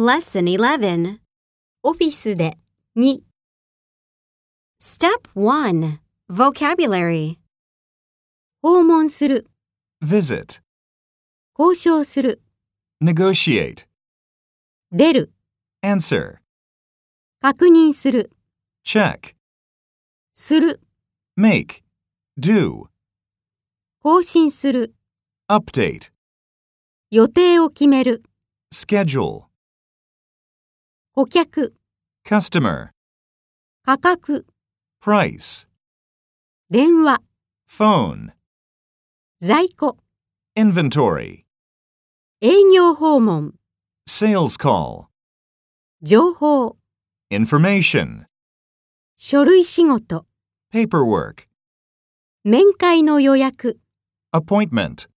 Lesson 11. オフィスで2 Step 1. Vocabulary. 訪問する Visit, 交渉する negotiate, 出る answer, 確認する check, する make, do, 更新する update, 予定を決める schedule, 顧客 customer, 価格 price, 電話 phone, 在庫 inventory, 営業訪問 sales call, 情報 information, 書類仕事 paperwork, 面会の予約 appointment.